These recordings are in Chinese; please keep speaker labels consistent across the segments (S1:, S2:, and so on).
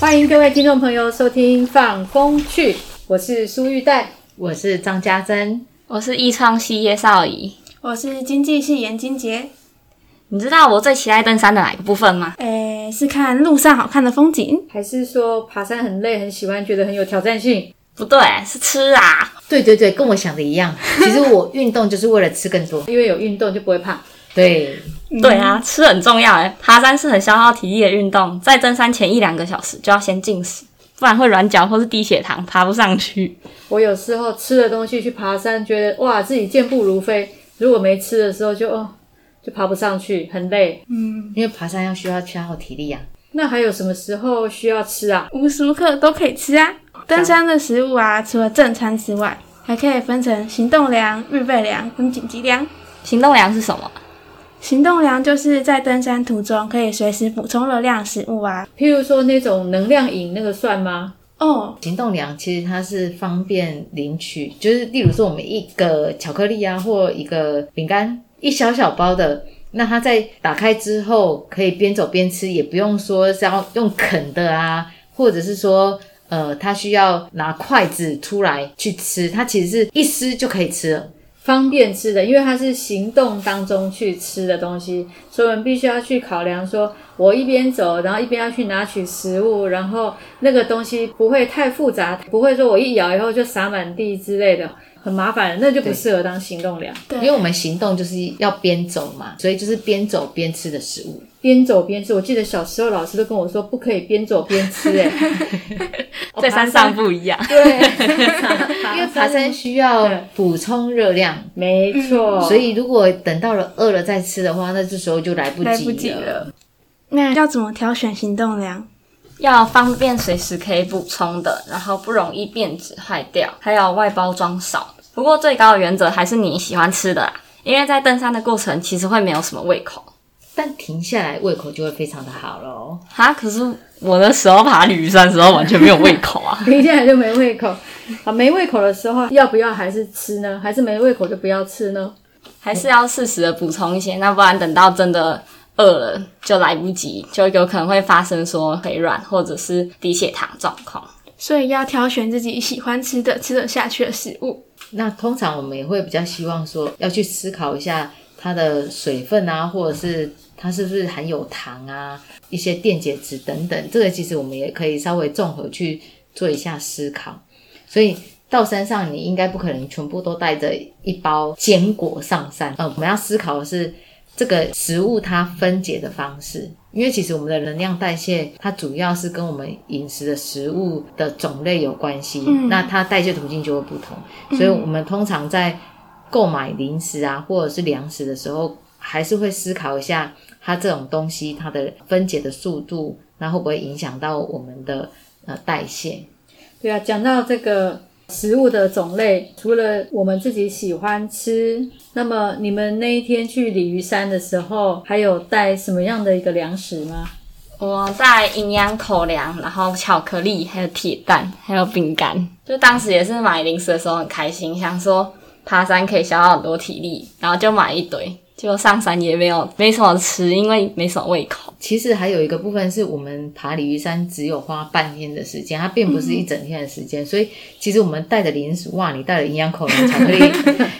S1: 欢迎各位听众朋友收听《放风去》，我是苏玉蛋。
S2: 我是张家珍，
S3: 我是艺创系叶少仪。
S4: 我是经济系严金杰，
S3: 你知道我最期待登山的哪个部分吗？
S4: 诶，是看路上好看的风景，
S1: 还是说爬山很累，很喜欢，觉得很有挑战性？
S3: 不对，是吃啊！
S2: 对对对，跟我想的一样。其实我运动就是为了吃更多。
S1: 因为有运动就不会怕。
S2: 对，
S3: 对啊，吃很重要哎。爬山是很消耗体力的运动，在登山前一两个小时就要先进食，不然会软脚或是低血糖，爬不上去。
S1: 我有时候吃了东西去爬山，觉得哇自己健步如飞；如果没吃的时候就，哦就爬不上去，很累。
S2: 因为爬山要需要消耗体力啊。
S1: 那还有什么时候需要吃啊？
S4: 无时无刻都可以吃啊。登山的食物啊，除了正餐之外，还可以分成行动粮、预备粮跟紧急粮。
S3: 行动粮是什么？
S4: 行动粮就是在登山途中可以随时补充热量的食物啊。
S1: 譬如说那种能量饮，那个算吗？
S4: 哦，
S2: 行动粮其实它是方便领取，就是例如说我们一个巧克力啊，或一个饼干，一小小包的，那它在打开之后可以边走边吃，也不用说是要用啃的啊，或者是说呃，它需要拿筷子出来去吃，它其实是一撕就可以吃了。
S1: 方便吃的，因为它是行动当中去吃的东西，所以我们必须要去考量说，我一边走，然后一边要去拿取食物，然后那个东西不会太复杂，不会说我一咬以后就撒满地之类的，很麻烦，那就不适合当行动粮。
S4: 对，
S2: 因为我们行动就是要边走嘛，所以就是边走边吃的食物。
S1: 边走边吃，我记得小时候老师都跟我说，不可以边走边吃、欸，
S3: 在山上不一样。
S1: 对，
S2: 因为爬山需要补充热量，
S1: 没错，。
S4: 哦
S2: 所以如果等到了饿了再吃的话，那这时候就来不
S4: 来
S2: 及
S4: 不及了。那要怎么挑选行动粮？
S3: 要方便随时可以补充的，然后不容易变质坏掉，还有外包装少。不过最高的原则还是你喜欢吃的啦，因为在登山的过程其实会没有什么胃口
S2: 但停下来胃口就会非常的好喽。
S3: 哈。可是我那时候爬鲤鱼山的时候完全没有胃口啊
S1: 停下来就没胃口。好，没胃口的时候要不要还是吃呢？还是没胃口就不要吃呢？
S3: 还是要适时的补充一些，那不然等到真的饿了就来不及，就有可能会发生说腿软或者是低血糖状况。
S4: 所以要挑选自己喜欢吃的、吃得下去的食物。
S2: 那通常我们也会比较希望说，要去思考一下它的水分啊，或者是它是不是含有糖啊、一些电解质等等。这个其实我们也可以稍微综合去做一下思考。所以到山上，你应该不可能全部都带着一包坚果上山。呃，我们要思考的是这个食物它分解的方式，因为其实我们的能量代谢它主要是跟我们饮食的食物的种类有关系，那它代谢途径就会不同。所以我们通常在购买零食啊，或者是粮食的时候，还是会思考一下它这种东西它的分解的速度，那会不会影响到我们的呃代谢？
S1: 对啊，讲到这个食物的种类，除了我们自己喜欢吃，那么你们那一天去鲤鱼山的时候，还有带什么样的一个粮食吗？
S3: 我带营养口粮，然后巧克力，还有铁蛋，还有饼干。就当时也是买零食的时候很开心，想说爬山可以消耗很多体力，然后就买一堆。结果上山也没有没什么吃，因为没什么胃口。
S2: 其实还有一个部分是我们爬鲤鱼山只有花半天的时间，它并不是
S1: 嗯
S2: 一整天的时间，所以其实我们带的零食，哇，你带了营养口粮、巧克力、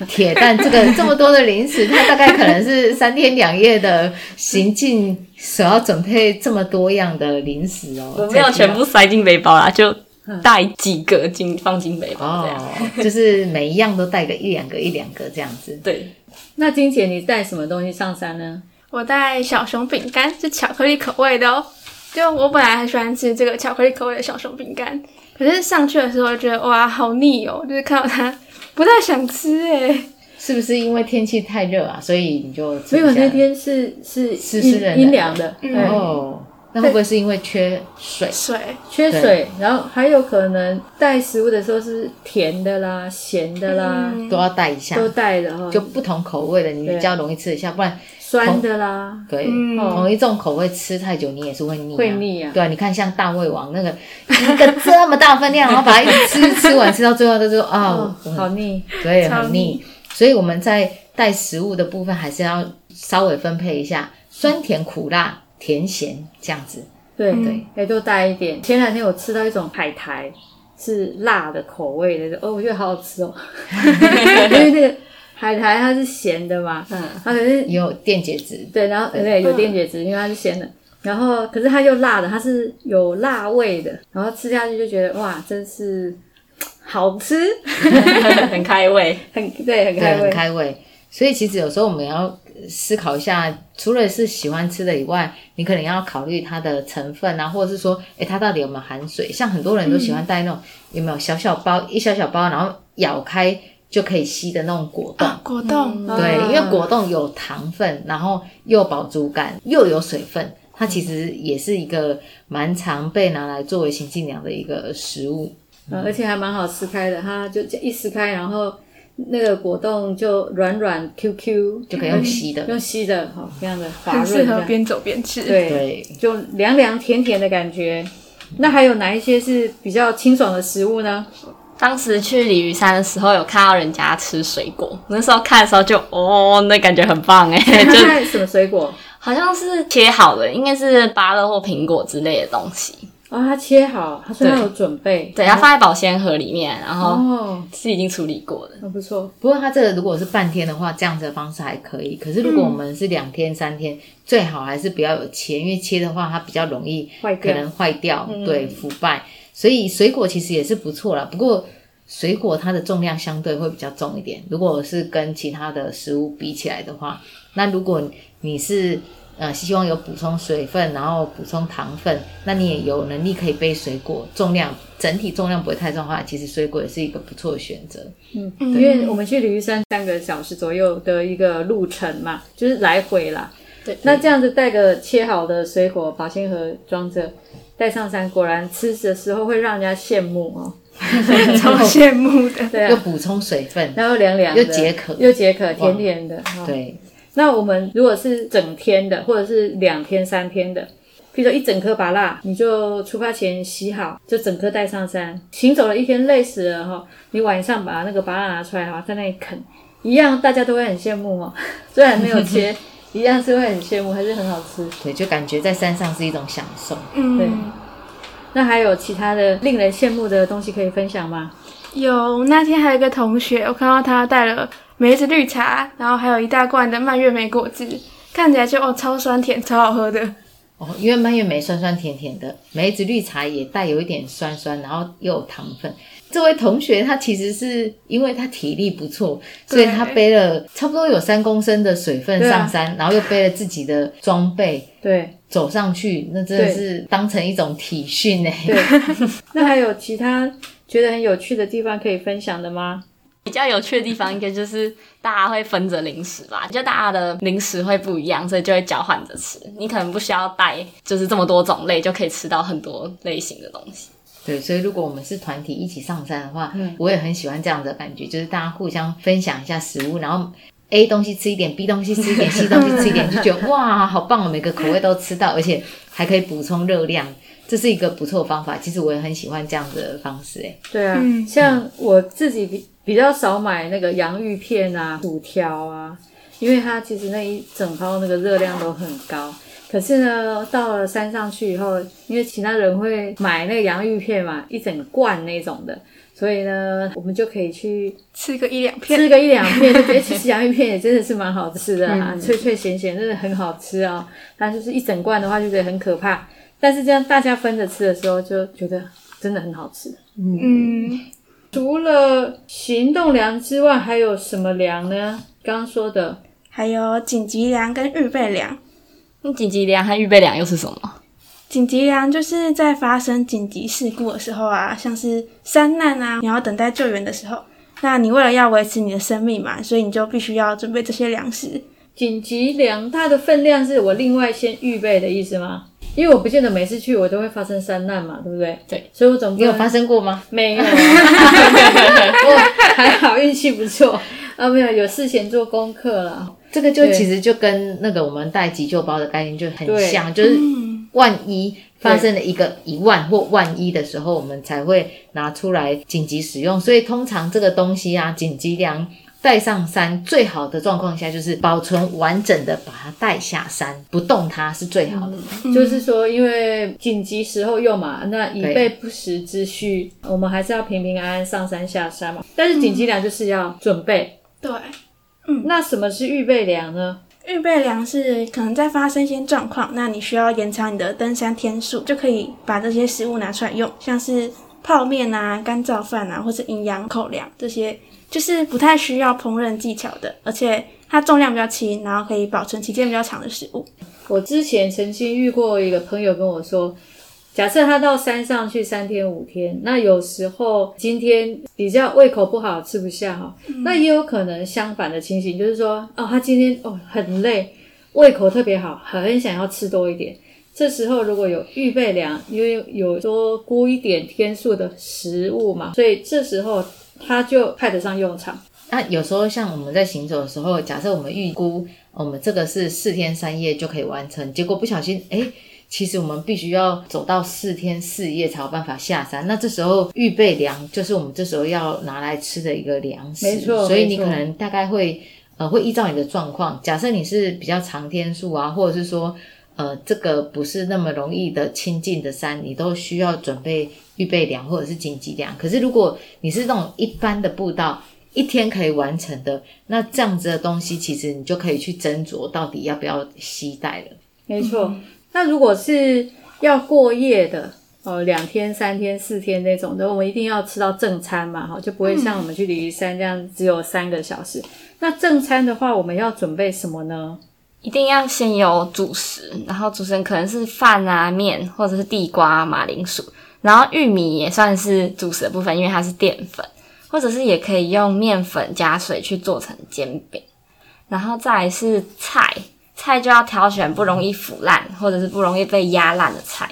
S2: 铁蛋，这个这么多的零食，它大概可能是三天两夜的行进所要准备这么多样的零食哦。
S3: 我没有
S2: 才需要
S3: 全部塞进背包啦，就带几个进放进背包这样。
S2: 哦，就是每一样都带个一两个一两个这样子。
S3: 对，
S1: 那金姐，你带什么东西上山呢？
S4: 我带小熊饼干，是巧克力口味的哦。就我本来很喜欢吃这个巧克力口味的小熊饼干，可是上去的时候觉得哇，好腻哦，就是看到它不太想吃哎。
S2: 是不是因为天气太热啊，所以你就吃
S1: 没有
S2: 不下
S1: 那天是是
S2: 湿
S1: 阴
S2: 湿的
S1: 阴凉的，呃
S4: 嗯
S1: 对
S2: 哦，那会不会是因为缺水？
S4: 水
S1: 缺
S2: 对
S1: 水，然后还有可能带食物的时候是甜的啦、咸的啦，
S4: 嗯
S2: 都要带一下，
S1: 都带了哈，
S2: 就不同口味的你
S1: 对
S2: 比较容易吃得下，不然
S1: 酸的啦，
S2: 对。
S4: 嗯
S2: 同一种口味吃太久，你也是会腻、啊，
S1: 会腻啊
S2: 对啊，你看像大胃王那个一个这么大分量，然后把它一直 吃吃完，吃到最后都说啊、
S1: 哦，
S2: 我
S1: 好腻。
S2: 对，
S4: 超
S2: 很腻。所以我们在带食物的部分，还是要稍微分配一下酸甜苦辣、甜咸这样子。
S1: 对
S4: 嗯
S1: 对，哎，多带一点。前两天我吃到一种海苔，是辣的口味的，哦，我觉得好好吃哦，因为那个海苔它是咸的嘛，嗯，它可是
S2: 也有电解质，
S1: 对，然后对有电解质，因为它是咸的，然后可是它又辣的，它是有辣味的，然后吃下去就觉得哇，真是好吃，
S3: 很开胃。
S1: 很对，很
S2: 对，
S1: 开
S2: 很
S1: 胃。
S2: 开胃。所以其实有时候我们要呃思考一下，除了是喜欢吃的以外，你可能要考虑它的成分啊，或者是说，诶，它到底有没有含水？像很多人都喜
S1: 嗯
S2: 欢带那种、有没有小小包，一小小包，然后咬开就可以吸的那种果冻。
S4: 啊，果冻，
S2: 对，
S1: 啊
S2: 因为果冻有糖分，然后又饱足感，又有水分，它其实也是一个蛮常被拿来作为行进粮的一个食物。
S1: 呃，而且还蛮好撕开的，它就一撕开，然后那个果冻就软软 Q Q，
S2: 就可以用吸的
S1: 嗯用吸的，好、非常的滑
S4: 很适
S1: 润这
S4: 合
S1: 样，
S4: 边走边吃。，
S1: 对，
S2: 对，
S1: 就凉凉甜甜的感觉。那还有哪一些是比较清爽的食物呢？
S3: 当时去鲤鱼山的时候，有看到人家吃水果，那时候看的时候就哦，那感觉很棒哎，
S1: 它
S3: 就
S1: 看什么水果？
S3: 好像是切好的，应该是芭乐或苹果之类的东西，
S1: 哦，它切好，它说它有准备，
S3: 对，它放在保鲜盒里面，然后
S1: 哦，
S3: 是已经处理过的。
S1: 很不错，
S2: 不过它这个如果是半天的话，这样子的方式还可以。可是如果我们是两天、三天，最好还是不要有切，因为切的话它比较容易
S1: 坏
S2: 可
S1: 掉。嗯
S2: 能坏掉，对，腐败。所以水果其实也是不错啦，不过水果它的重量相对会比较重一点。如果是跟其他的食物比起来的话，那如果你是呃希望有补充水分，然后补充糖分，那你也有能力可以背水果，重量整体重量不会太重的话，其实水果也是一个不错的选择。
S1: 因为我们去鲤鱼山三个小时左右的一个路程嘛，就是来回啦。
S3: 对
S1: 那这样子带个切好的水果保鲜盒装着，带上山，果然吃的时候会让人家羡慕哦。
S4: 超羡慕的。
S1: 对
S2: 又
S1: 啊，
S2: 补充水分，
S1: 然后凉凉的，
S2: 又解渴
S1: 又解渴，甜甜的。哦，
S2: 对，
S1: 那我们如果是整天的，或者是两天、三天的，譬如说一整颗芭辣，你就出发前洗好，就整颗带上山。行走了一天累死了哈，你晚上把那个芭辣拿出来哈，在那里啃，一样大家都会很羡慕哦。 虽然没有切，一样是会很羡慕，还是很好吃。
S2: 对，就感觉在山上是一种享受。
S1: 对
S4: 嗯，
S1: 那还有其他的令人羡慕的东西可以分享吗？
S4: 有那天还有一个同学，我看到他带了梅子绿茶，然后还有一大罐的蔓越莓果汁，看起来就哦超酸甜，超好喝的。
S2: 哦，因为蔓越莓酸酸甜甜的，梅子绿茶也带有一点酸酸，然后又有糖分。这位同学他其实是因为他体力不错，所以他背了差不多有三公升的水分
S1: 对啊
S2: 上山，然后又背了自己的装备
S1: 对，
S2: 走上去，那真的
S1: 对
S2: 是当成一种体训哎、
S1: 对 那还有其他觉得很有趣的地方可以分享的吗？
S3: 比较有趣的地方，应该 就是大家会分着零食吧，就大家的零食会不一样，所以就会交换着吃。你可能不需要带，就是这么多种类，就可以吃到很多类型的东西。
S2: 对，所以如果我们是团体一起上山的话，我也很喜欢这样的感觉，就是大家互相分享一下食物，然后 A 东西吃一点，B 东西吃一点，C 东西吃一点，就觉得哇，好棒哦！每个口味都吃到，而且还可以补充热量，这是一个不错的方法。其实我也很喜欢这样的方式，哎，
S1: 对啊，
S4: 嗯
S1: 像我自己比比较少买那个洋芋片啊、薯条啊，因为它其实那一整包那个热量都很高。可是呢，到了山上去以后，因为其他人会买那个洋芋片嘛，一整罐那种的，所以呢，我们就可以去
S4: 吃个一两片，
S1: 吃个一两片，就觉得其实洋芋片也真的是蛮好吃的啊，脆脆咸咸，真的很好吃啊、它就是一整罐的话，就觉得很可怕。但是这样大家分着吃的时候，就觉得真的很好吃。
S4: 嗯，
S1: 除了行动粮之外，还有什么粮呢？刚刚说的
S4: 还有紧急粮跟预备粮。
S3: 那紧急粮和预备粮又是什么？
S4: 紧急粮就是在发生紧急事故的时候啊，像是山难啊，你要等待救援的时候，那你为了要维持你的生命嘛，所以你就必须要准备这些粮食。
S1: 紧急粮，它的分量是我另外先预备的意思吗？因为我不见得每次去我都会发生山难嘛，对不对？
S3: 对，
S1: 所以我总
S2: 你
S1: 不
S2: 有
S1: 能
S2: 发生过吗？
S1: 没 有啊，我还好运气不错啊，没有有事前做功课啦。
S2: 这个就
S1: 对
S2: 其实就跟那个我们带急救包的概念就很
S1: 对
S2: 像，就是万一发生了一个一万或万一的时候，我们才会拿出来紧急使用。所以通常这个东西啊，紧急粮带上山，最好的状况下就是保存完整的，把它带下山，不动它是最好的。
S1: 就是说，因为紧急时候用嘛，那以
S2: 对
S1: 备不时之需，我们还是要平平安安上山下山嘛。但是紧急粮就是要准备。
S4: 对，
S1: 那什么是预备粮呢？
S4: 预备粮是可能在发生一些状况，那你需要延长你的登山天数，就可以把这些食物拿出来用，像是泡面啊、干燥饭啊，或是营养口粮这些，就是不太需要烹饪技巧的，而且它重量比较轻，然后可以保存期间比较长的食物。
S1: 我之前曾经遇过一个朋友跟我说，假设他到山上去三天五天，那有时候今天比较胃口不好，吃不下哈，那也有可能相反的情形，就是说哦，他今天哦很累，胃口特别好，很想要吃多一点。这时候如果有预备粮，因为有多估一点天数的食物嘛，所以这时候它就派得上用场。
S2: 那有时候像我们在行走的时候，假设我们预估哦我们这个是四天三夜就可以完成，结果不小心哎。诶其实我们必须要走到四天四夜才有办法下山。那这时候预备粮就是我们这时候要拿来吃的一个粮食，
S1: 没错
S2: 所以你可
S1: 没错
S2: 能大概会呃会依照你的状况，假设你是比较长天数啊，或者是说呃这个不是那么容易的亲近的山，你都需要准备预备粮或者是紧急粮。可是如果你是那种一般的步道，一天可以完成的，那这样子的东西，其实你就可以去斟酌到底要不要携带了。
S1: 没错。那如果是要过夜的，哦，两天、三天、四天那种的，我们一定要吃到正餐嘛，哈，就不会像我们去鲤鱼山这样只有三个小时。那正餐的话，我们要准备什么呢？
S3: 一定要先有主食，然后主食可能是饭啊、面或者是地瓜、马铃薯，然后玉米也算是主食的部分，因为它是淀粉，或者是也可以用面粉加水去做成煎饼。然后再来是菜，菜就要挑选不容易腐烂或者是不容易被压烂的菜，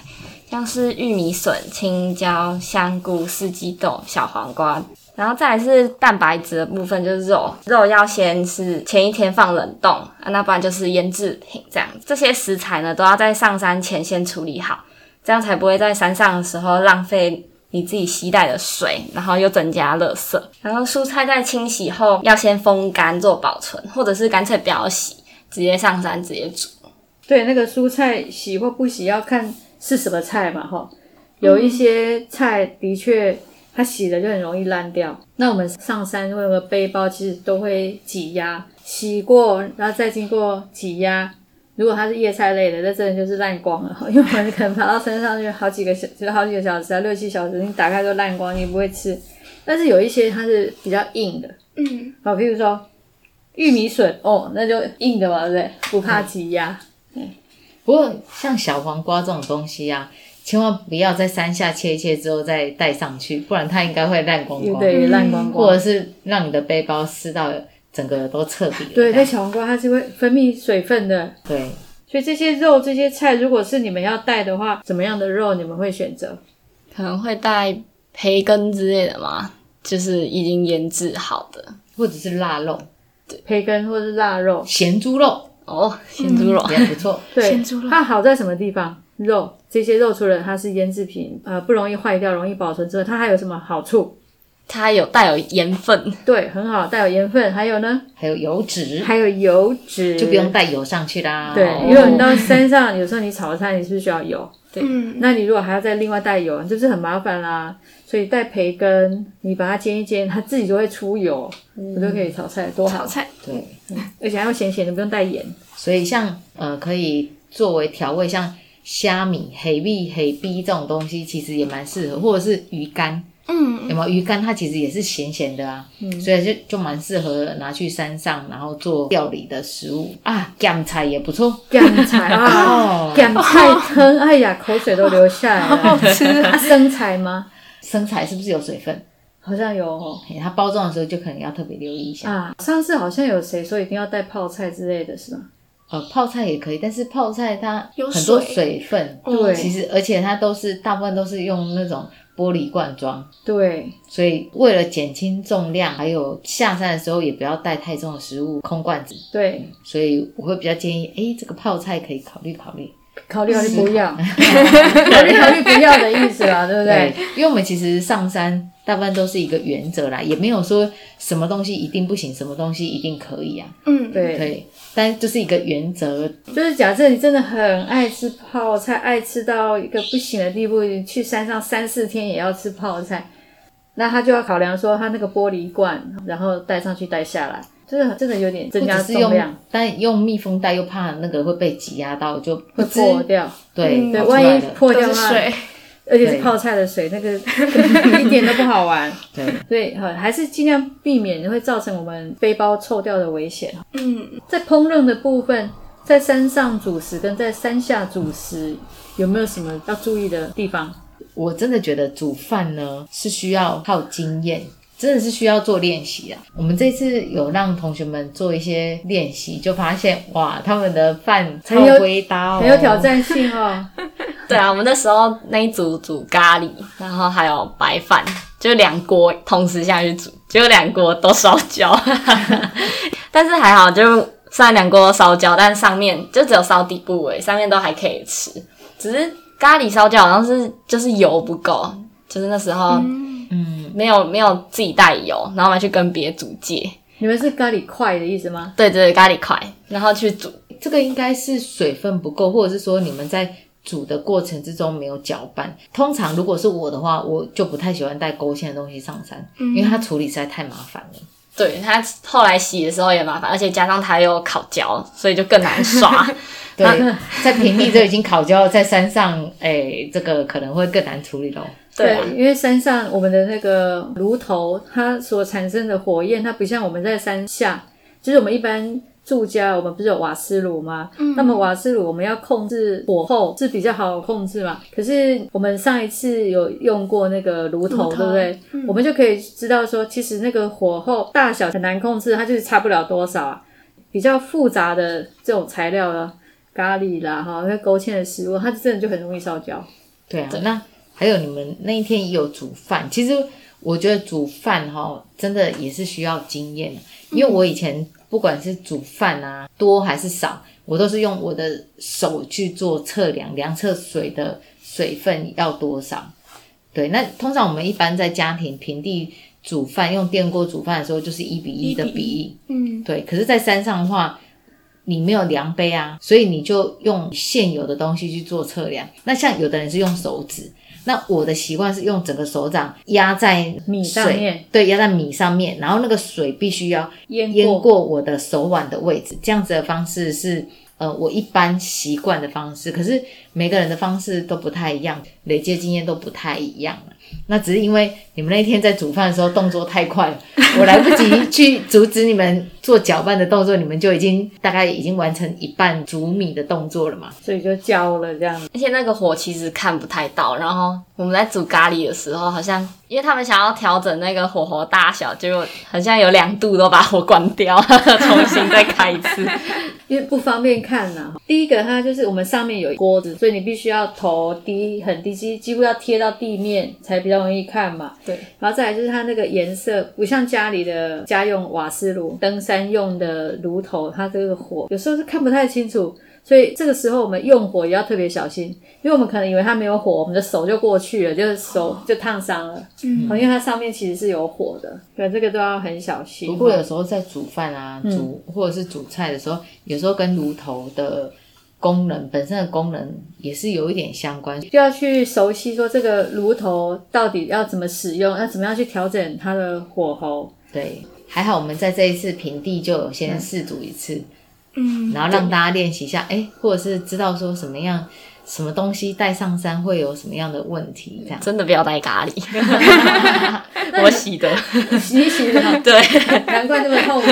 S3: 像是玉米笋、青椒、香菇、四季豆、小黄瓜然后再来是蛋白质的部分，就是肉，肉要先是前一天放冷冻啊，那不然就是腌制品这样。这些食材呢，都要在上山前先处理好，这样才不会在山上的时候浪费你自己携带的水，然后又增加垃圾。然后蔬菜在清洗后要先风干做保存，或者是干脆不要洗，直接上山直接煮。
S1: 对，那个蔬菜洗或不洗要看是什么菜嘛，哈。有一些菜的确它洗了就很容易烂掉。那我们上山那个背包其实都会挤压，洗过然后再经过挤压。如果它是叶菜类的，那真的就是烂光了， 因为我们可能爬到山上去好几个小，就是好几个小时啊，六七小时，你打开就烂光，你不会吃。但是有一些它是比较硬的，
S4: 嗯，
S1: 好，譬如说玉米笋，哦，那就硬的嘛，对不对？不怕挤压。
S2: 不过像小黄瓜这种东西啊，千万不要在山下切一切之后再带上去，不然它应该会烂光光，
S1: 对，烂光
S2: 嗯或
S1: 光。
S2: 者是让你的背包湿到整个都彻底了这
S1: 对，
S2: 样。
S1: 那小黄瓜它是会分泌水分的，
S2: 对，
S1: 所以这些肉、这些菜，如果是你们要带的话，怎么样的肉你们会选择？
S3: 可能会带培根之类的嘛，就是已经腌制好的
S2: 或者是腊肉、
S1: 培根或是腊肉？
S2: 咸猪肉
S3: 哦，咸猪肉。
S2: 也不错。
S1: 对
S4: 咸猪，肉
S1: 它好在什么地方？肉这些肉除了它是腌制品，呃，不容易坏掉、容易保存之外，它还有什么好处？
S3: 它有带有盐分，
S1: 对，很好，带有盐分，还有呢，
S2: 还有油脂，
S1: 还有油脂，
S2: 就不用。带油上去啦。
S1: 对，因为你到山上，有时候你炒菜，你是不是需要油？
S4: 嗯，
S1: 那你如果还要再另外带油，这就是很麻烦啦。所以带培根，你把它煎一煎，它自己就会出油，我就可以炒菜，多好
S4: 炒！菜，
S2: 对。
S1: 嗯而且还要咸咸的，不用带盐。
S2: 所以像呃，可以作为调味，像虾米、黑米、黑逼这种东西，其实也蛮适合，或者是鱼干，
S4: 嗯，
S2: 有没有？鱼干它其实也是咸咸的啊，
S1: 嗯
S2: 所以就就蛮适合拿去山上，然后做料理的食物啊，干菜也不错
S1: 干菜 啊，
S2: 哦。
S1: 干菜汤， 哎呀，口水都流下来了。
S4: 吃
S1: 啊，生菜吗？
S2: 生菜是不是有水分？
S1: 好像有哦
S2: 嘿它包装的时候就可能要特别留意一下。
S1: 啊，上次好像有谁说一定要带泡菜之类的，是吗？
S2: 呃，泡菜也可以，但是泡菜它
S4: 有
S2: 很多
S4: 水嗯
S2: 水分，
S1: 对
S2: 其实而且它都是大部分都是用那种玻璃罐装，
S1: 对，
S2: 所以为了减轻重量，还有下山的时候也不要带太重的食物，空罐子。
S1: 对，
S2: 所以我会比较建议，哎，这个泡菜可以考虑考虑。
S1: 考虑考虑不 要，考虑考虑不要的意思啦，对不对？，
S2: 因为我们其实上山大部分都是一个原则啦，也没有说什么东西一定不行，什么东西一定可以啊。
S4: 嗯，
S1: 对，
S2: 对，但就是一个原则，
S1: 就是假设你真的很爱吃泡菜，爱吃到一个不行的地步，你去山上三四天也要吃泡菜，那他就要考量说他那个玻璃罐，然后带上去带下来，就是真的有点增
S2: 不
S1: 加
S2: 只是
S1: 重
S2: 用
S1: 量，，
S2: 但用密封袋又怕那个会被挤压到，就不
S1: 会
S2: 知
S1: 破掉。
S2: 对、
S4: 嗯
S1: 对，
S2: 跑出
S1: 万
S2: 来
S1: 一
S2: 了
S1: 破
S4: 都
S1: 掉的
S4: 是
S1: 话，
S4: 水，
S1: 而且是
S2: 对
S1: 泡菜的水，那个一点都不好玩。
S2: 对
S1: 对，好，还是尽量避免会造成我们背包臭掉的危险。
S4: 嗯，
S1: 在烹饪的部分，在山上主食跟在山下主食有没有什么要注意的地方？
S2: 我真的觉得煮饭呢是需要靠经验，真的是需要做练习啊。我们这次有让同学们做一些练习，就发现哇，他们的饭超
S1: 很有
S2: 微搭哦，
S1: 很有挑。战性哦。
S3: 对啊，我们那时候那一组煮咖喱，然后还有白饭，就两锅同时下去煮，结果两锅都烧焦。 但是还好，就虽然两锅都烧焦，但上面就只有烧底部而已，上面都还可以吃。只是咖喱烧焦好像是就是油不够，就是那时候
S2: 嗯，
S3: 没有没有自己带油，然后我们去跟别的组借，
S1: 你们是咖喱块的意思吗？
S3: 对对对，咖喱块，然后去煮。
S2: 这个应该是水分不够，或者是说你们在煮的过程之中没有搅拌。通常如果是我的话，我就不太喜欢带勾芡的东西上山，
S1: 嗯
S2: 因为它处理实在太麻烦了。
S3: 对它后来洗的时候也麻烦，而且加上它又烤焦，所以就更难刷。
S2: 对，在平地就已经烤焦了，在山上，哎、这个可能会更难处理咯。
S3: 对啊，
S1: 因为山上我们的那个炉头，它所产生的火焰，它不像我们在山下，就是我们一般住家，我们不是有瓦斯炉吗？那么瓦斯炉我们要控制火候是比较好控制嘛。可是我们上一次有用过那个炉头，
S4: 炉头
S1: 对不对？我们就可以知道说，其实那个火候大小很难控制，它就是差不了多少啊。比较复杂的这种材料啊，咖喱啦，哈，那勾芡的食物，它真的就很容易烧焦。
S2: 对啊，那还有你们那一天也有煮饭，其实我觉得煮饭哈、真的也是需要经验的，啊因为我以前不管是煮饭啊多还是少，我都是用我的手去做测量，量测水的水分要多少。对，那通常我们一般在家庭平地煮饭，用电锅煮饭的时候，就是一比一的
S4: 1比
S2: 比例。
S4: 嗯，
S2: 对，可是，在山上的话，你没有量杯啊，所以你就用现有的东西去做测量。那像有的人是用手指，那我的习惯是用整个手掌压在
S1: 米
S2: 水
S1: 上面，
S2: 对，压在米上面，然后那个水必须要
S1: 腌
S2: 淹
S1: 过
S2: 过我的手腕的位置，这样子的方式是。呃，我一般习惯的方式，可是每个人的方式都不太一样，累积的经验都不太一样啊那只是因为你们那天在煮饭的时候动作太快了，我来不及去阻止你们做搅拌的动作，你们就已经大概已经完成一半煮米的动作了嘛。
S1: 所以就焦了这样。
S3: 而且那个火其实看不太到，然后我们在煮咖喱的时候，好像因为他们想要调整那个火候大小，结果好像有两度都把火关掉， 重新再开一次。
S1: 因为不方便看呐、第一个，它就是我们上面有锅子，所以你必须要头低很低，几几乎要贴到地面才比较容易看嘛。
S3: 对，
S1: 然后再来就是它那个颜色，不像家里的家用瓦斯炉、登山用的炉头，它这个火有时候是看不太清楚。所以这个时候我们用火也要特别小心，因为我们可能以为它没有火，我们的手就过去了，就是手就烫伤了。嗯，因为它上面其实是有火的，对，这个都要很小心。
S2: 不过有时候在煮饭啊、煮或者是煮菜的时候，有时候跟炉头的功能本身的功能也是有一点相关。
S1: 就要去熟悉说这个炉头到底要怎么使用，要怎么样去调整它的火候。
S2: 对，还好我们在这一次平地就有先试煮一次，嗯，然后让大家练习一下，哎，或者是知道说什么样。什么东西带上山会有什么样的问题？这样
S3: 真的不要带咖喱， 我洗的。
S1: 洗洗了，
S3: 对，
S1: 难怪那么痛苦。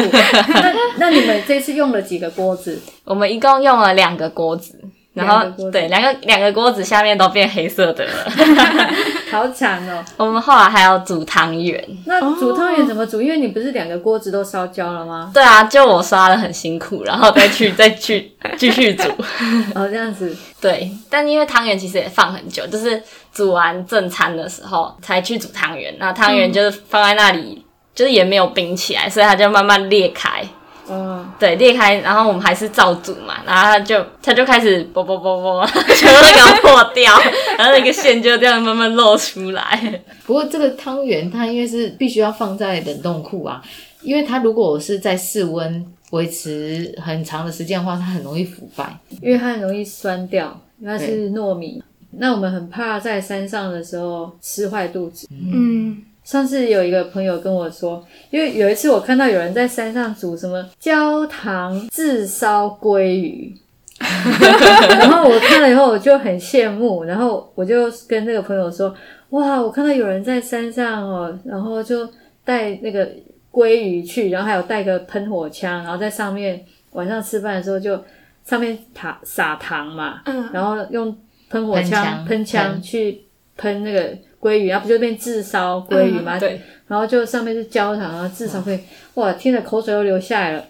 S1: 那那你们这次用了几个锅子？
S3: 我们一共用了两个锅子，然
S1: 两
S3: 后
S1: 个锅子
S3: 对两个两个锅子下面都变黑色的了。
S1: 好惨哦！
S3: 我们后来还有煮汤圆，
S1: 那煮汤圆怎么煮？因为你不是两个锅子都烧焦了吗？
S3: 对啊，就我刷的很辛苦，然后再去再去继续煮。
S1: 哦，这样子，
S3: 对，但因为汤圆其实也放很久，就是煮完正餐的时候才去煮汤圆，那汤圆就是放在那里，就是也没有冰起来，所以它就慢慢裂开。
S1: 哦，
S3: 对，裂开，然后我们还是照煮嘛，然后它就它就开始啵啵啵啵，全部都给它破掉，然后那个馅就这样慢慢露出来。
S2: 不过这个汤圆它因为是必须要放在冷冻库啊，因为它如果是在室温维持很长的时间的话，它很容易腐败。
S1: 因为它很容易酸掉，那是糯米。那我们很怕在山上的时候吃坏肚子。
S4: 嗯，
S1: 上次有一个朋友跟我说，因为有一次我看到有人在山上煮什么焦糖炙烧鲑鱼， 然后我看了以后我就很羡慕，然后我就跟那个朋友说：“哇，我看到有人在山上哦，然后就带那个鲑鱼去，然后还有带个喷火枪，然后在上面晚上吃饭的时候就上面撒撒糖嘛，
S4: 嗯
S1: 然后用喷火
S2: 喷
S1: 枪
S2: 枪
S1: 喷枪
S2: 喷
S1: 去喷那个鲑鱼，然后不就变炙烧鲑鱼吗？
S3: 对，
S1: 然后就上面是焦糖，然后炙烧鲑鱼，哇，听得口水都流下来了。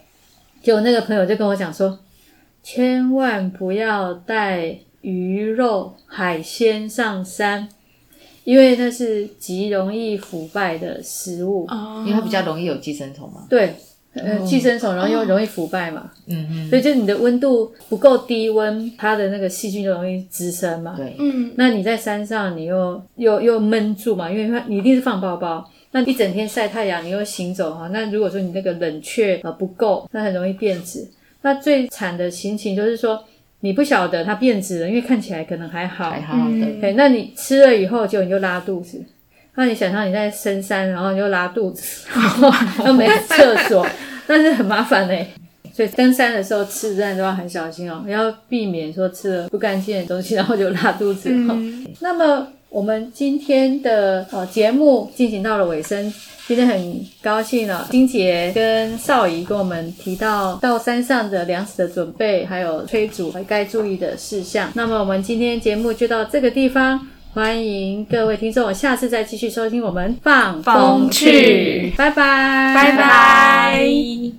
S1: 结果那个朋友就跟我讲说，千万不要带鱼肉、海鲜上山，因为那是极容易腐败的食物。
S4: 哦
S2: 因为它比较容易有寄生虫嘛。
S1: 对，呃，寄生虫，然后又容易腐败嘛，
S2: 嗯
S1: 所以就你的温度不够低温，它的那个细菌就容易滋生嘛
S2: 哼，。对，
S4: 嗯
S1: 那你在山上，你又又又闷住嘛，因为它你一定是放包包，那一整天晒太阳，你又行走哈，那如果说你那个冷却呃不够，那很容易变质。那最惨的情形就是说，你不晓得它变质了，因为看起来可能还好，
S2: 还好的。
S1: 对，那你吃了以后，结果你就拉肚子。那你想象你在深山，然后你就拉肚子， 然后又没厕所，但是很麻烦哎、所以登山的时候吃真的都要很小心哦，要避免说吃了不干净的东西，然后就拉肚子
S2: 嗯
S4: 嗯
S1: 哦。那么我们今天的呃节目进行到了尾声，今天很高兴哦，金姐跟少仪跟我们提到到山上的粮食的准备，还有催煮该注意的事项。那么我们今天节目就到这个地方，欢迎各位听众，我下次再继续收听我们放
S3: 放去
S1: 拜拜，
S3: 拜拜。